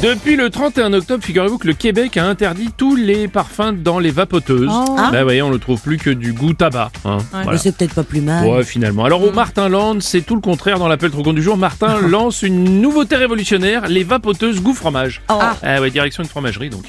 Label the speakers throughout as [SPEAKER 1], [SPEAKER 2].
[SPEAKER 1] Depuis le 31 octobre, figurez-vous que le Québec a interdit tous les parfums dans les vapoteuses. Bah ouais, on ne trouve plus que du goût tabac. hein. Voilà.
[SPEAKER 2] Mais c'est peut-être pas plus mal.
[SPEAKER 1] Ouais, finalement. Alors au Martin Land, c'est tout le contraire dans l'appel trop con du jour. Martin lance une nouveauté révolutionnaire, les vapoteuses goût fromage.
[SPEAKER 2] Ah.
[SPEAKER 1] Ah ouais, direction une fromagerie donc.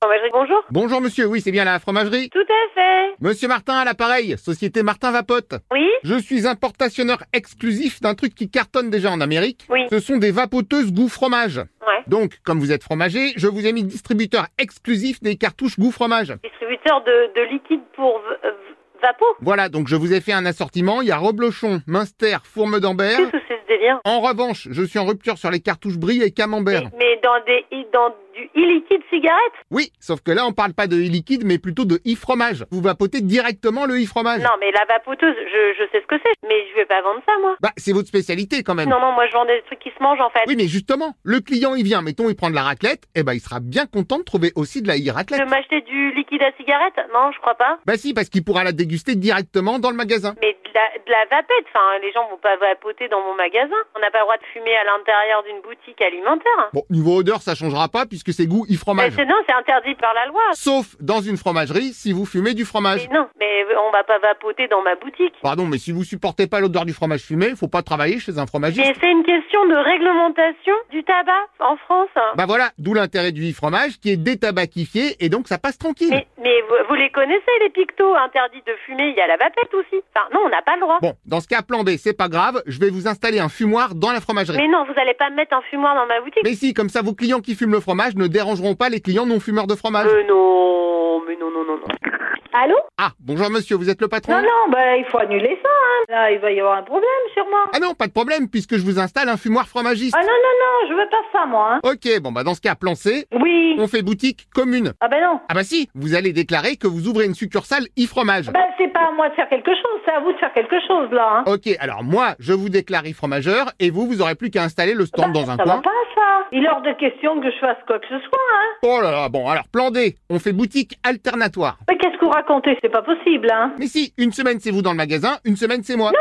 [SPEAKER 3] Fromagerie, bonjour.
[SPEAKER 4] Bonjour monsieur, oui, c'est bien la fromagerie.
[SPEAKER 3] Tout à fait.
[SPEAKER 4] Monsieur Martin à l'appareil, société Martin Vapote.
[SPEAKER 3] Oui.
[SPEAKER 4] Je suis importationneur exclusif d'un truc qui cartonne déjà en Amérique.
[SPEAKER 3] Oui.
[SPEAKER 4] Ce sont des vapoteuses goût fromage.
[SPEAKER 3] Ouais.
[SPEAKER 4] Donc, comme vous êtes fromager, je vous ai mis distributeur exclusif des cartouches goût fromage.
[SPEAKER 3] Distributeur de, de liquide pour v- euh, v- Vapo.
[SPEAKER 4] Voilà, donc je vous ai fait un assortiment. Il y a Reblochon, Munster, Fourme d'Ambert.
[SPEAKER 3] Qu'est-ce que c'est ce délire
[SPEAKER 4] En revanche, je suis en rupture sur les cartouches brie et
[SPEAKER 3] mais,
[SPEAKER 4] camembert.
[SPEAKER 3] mais dans des i- dans du illiquide cigarette
[SPEAKER 4] Oui, sauf que là, on parle pas de e-liquide, mais plutôt de e-fromage. Vous vapotez directement le e-fromage.
[SPEAKER 3] Non, mais la vapoteuse, je, je sais ce que c'est, mais je vais pas vendre ça, moi.
[SPEAKER 4] Bah, c'est votre spécialité quand même.
[SPEAKER 3] Non, non, moi je vends des trucs qui se mangent en fait.
[SPEAKER 4] Oui, mais justement, le client, il vient, mettons, il prend de la raclette, eh ben, il sera bien content de trouver aussi de la
[SPEAKER 3] Je
[SPEAKER 4] e-raclette.
[SPEAKER 3] m'acheter du liquide à cigarette Non, je crois pas.
[SPEAKER 4] Bah si, parce qu'il pourra la déguster directement dans le magasin.
[SPEAKER 3] Mais de la, de la vapette, enfin, les gens vont pas vapoter dans mon magasin. On n'a pas le droit de fumer à l'intérieur d'une boutique alimentaire.
[SPEAKER 4] Bon, niveau odeur, ça changera pas puisque c'est goût
[SPEAKER 3] Mais
[SPEAKER 4] e-fromage.
[SPEAKER 3] c'est non, c'est interdit par la loi.
[SPEAKER 4] Sauf dans une fromagerie si vous fumez du fromage.
[SPEAKER 3] Mais non, mais on va pas vapoter dans ma boutique.
[SPEAKER 4] Pardon, mais si vous supportez pas l'odeur du fromage fumé, faut pas travailler chez un fromagiste.
[SPEAKER 3] Mais c'est une question de réglementation du tabac en France.
[SPEAKER 4] Bah voilà, d'où l'intérêt du fromage qui est détabacifié et donc ça passe tranquille.
[SPEAKER 3] Mais, mais vous, vous les connaissez, les pictos interdits de fumer, il y a la vapette aussi. Enfin, non, on n'a pas le droit.
[SPEAKER 4] Bon, dans ce cas, plan B, c'est pas grave, je vais vous installer un fumoir dans la fromagerie.
[SPEAKER 3] Mais non, vous allez pas mettre un fumoir dans ma boutique.
[SPEAKER 4] Mais si, comme ça, vos clients qui fument le fromage ne dérangeront pas les clients non fumeurs de fromage.
[SPEAKER 3] Euh, non, mais non, non, non, non.
[SPEAKER 5] Allô
[SPEAKER 4] Ah, bonjour monsieur, vous êtes le patron
[SPEAKER 5] Non, non, bah, il faut annuler ça. Hein. Là, il va y avoir un problème, sûrement.
[SPEAKER 4] Ah non, pas de problème, puisque je vous installe un fumoir fromagiste.
[SPEAKER 5] Ah non, non, non, je veux pas ça, moi. Hein.
[SPEAKER 4] Ok, bon bah dans ce cas, plan C,
[SPEAKER 5] Oui.
[SPEAKER 4] on fait boutique commune.
[SPEAKER 5] Ah ben non.
[SPEAKER 4] Ah bah si, vous allez déclarer que vous ouvrez une succursale e-fromage.
[SPEAKER 5] Ben, c'est pas à moi de faire quelque chose, c'est à vous de faire quelque chose, là. Hein.
[SPEAKER 4] Ok, alors moi, je vous déclare e-fromageur, et vous, vous aurez plus qu'à installer le stand dans un
[SPEAKER 5] Ah bah, Ça va
[SPEAKER 4] coin.
[SPEAKER 5] pas, ça. Il est hors de question que je fasse quoi que ce soit, hein.
[SPEAKER 4] Oh là là, bon, alors plan D, on fait boutique alternatoire.
[SPEAKER 5] Mais qu'est-ce que vous racontez C'est pas possible, hein.
[SPEAKER 4] Mais si, une semaine c'est vous dans le magasin, une semaine c'est moi.
[SPEAKER 5] Non, non,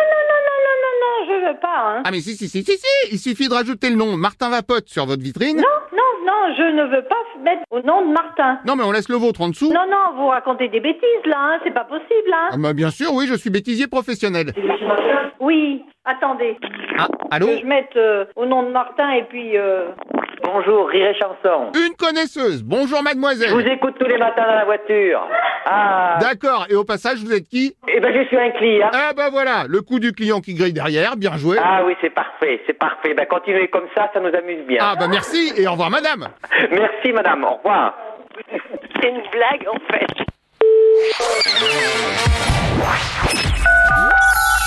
[SPEAKER 5] je veux pas, hein.
[SPEAKER 4] Ah mais si, si, si, si, si, il suffit de rajouter le nom Martin Vapote sur votre vitrine.
[SPEAKER 5] Non, non, non, je ne veux pas mettre au nom de Martin.
[SPEAKER 4] Non mais on laisse le vôtre en dessous.
[SPEAKER 5] Non, non, vous racontez des bêtises, là, hein. C'est pas possible, hein.
[SPEAKER 4] Ah bah bien sûr, oui, je suis bêtisier professionnel.
[SPEAKER 5] Oui, attendez.
[SPEAKER 4] Ah, allô
[SPEAKER 5] Que je mette euh, au nom de Martin et puis... euh,
[SPEAKER 6] Bonjour, Rire et Chanson.
[SPEAKER 4] Une connaisseuse, bonjour
[SPEAKER 6] Je vous
[SPEAKER 4] mademoiselle.
[SPEAKER 6] écoute tous les matins dans la voiture. Ah,
[SPEAKER 4] D'accord, et au passage, vous êtes qui
[SPEAKER 6] eh ben je suis un client.
[SPEAKER 4] Ah bah voilà, le coup du client qui grille derrière, bien joué.
[SPEAKER 6] Ah oui, c'est parfait, c'est parfait. Ben continuez comme ça, ça nous amuse bien.
[SPEAKER 4] Ah bah merci, et au revoir madame.
[SPEAKER 6] Merci madame, au revoir.
[SPEAKER 3] C'est une blague, en fait.